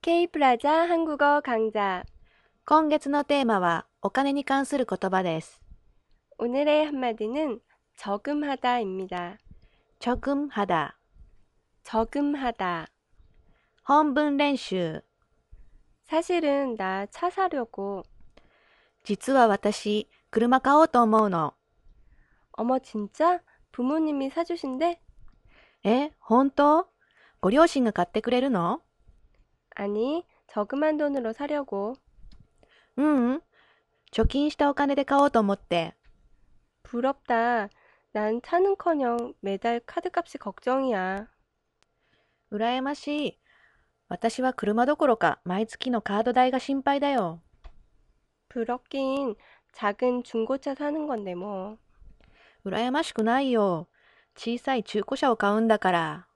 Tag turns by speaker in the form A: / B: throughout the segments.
A: K-プラザ 한국어 강좌
B: 今月のテーマはお金に関する言葉です。
A: 오늘의 한마디는 저금하다입니다.
B: ちょくんはだ。
A: 저금하다.
B: 本文練習。
A: 사실은 나 차 사려고.
B: 実は私、車買おうと思うの。
A: 어머 진짜? 부모님이 사주신대?
B: え、本当ご両親が買ってくれるの
A: 아니, 저금한 돈으로 사려고.
B: ううん。貯金したお金で買おうと思って。
A: 부럽다. 난 차는커녕 매달 카드값이 걱정이야.
B: 羨ましい。私は車どころか毎月のカード代が心配だよ。
A: 부럽긴 작은 중고차 사는 건데 뭐.
B: 羨ましくないよ。小さい中古車を買うんだから。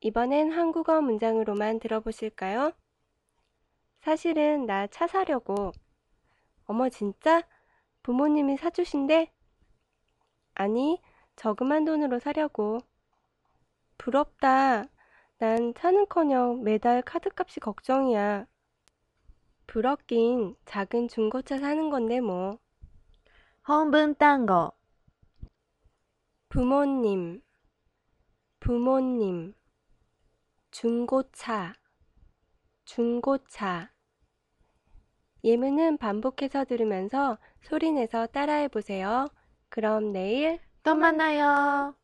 A: 이번엔 한국어 문장으로만 들어보실까요? 사실은 나 차 사려고. 어머, 진짜? 부모님이 사주신대? 아니, 저금한 돈으로 사려고. 부럽다. 난 차는커녕 매달 카드값이 걱정이야. 부럽긴 작은 중고차 사는 건데 뭐.
B: 本文単語。
A: 부모님, 부모님, 중고차, 중고차. 예문은 반복해서 들으면서 소리내서 따라해 보세요. 그럼 내일
B: 止まんなよ。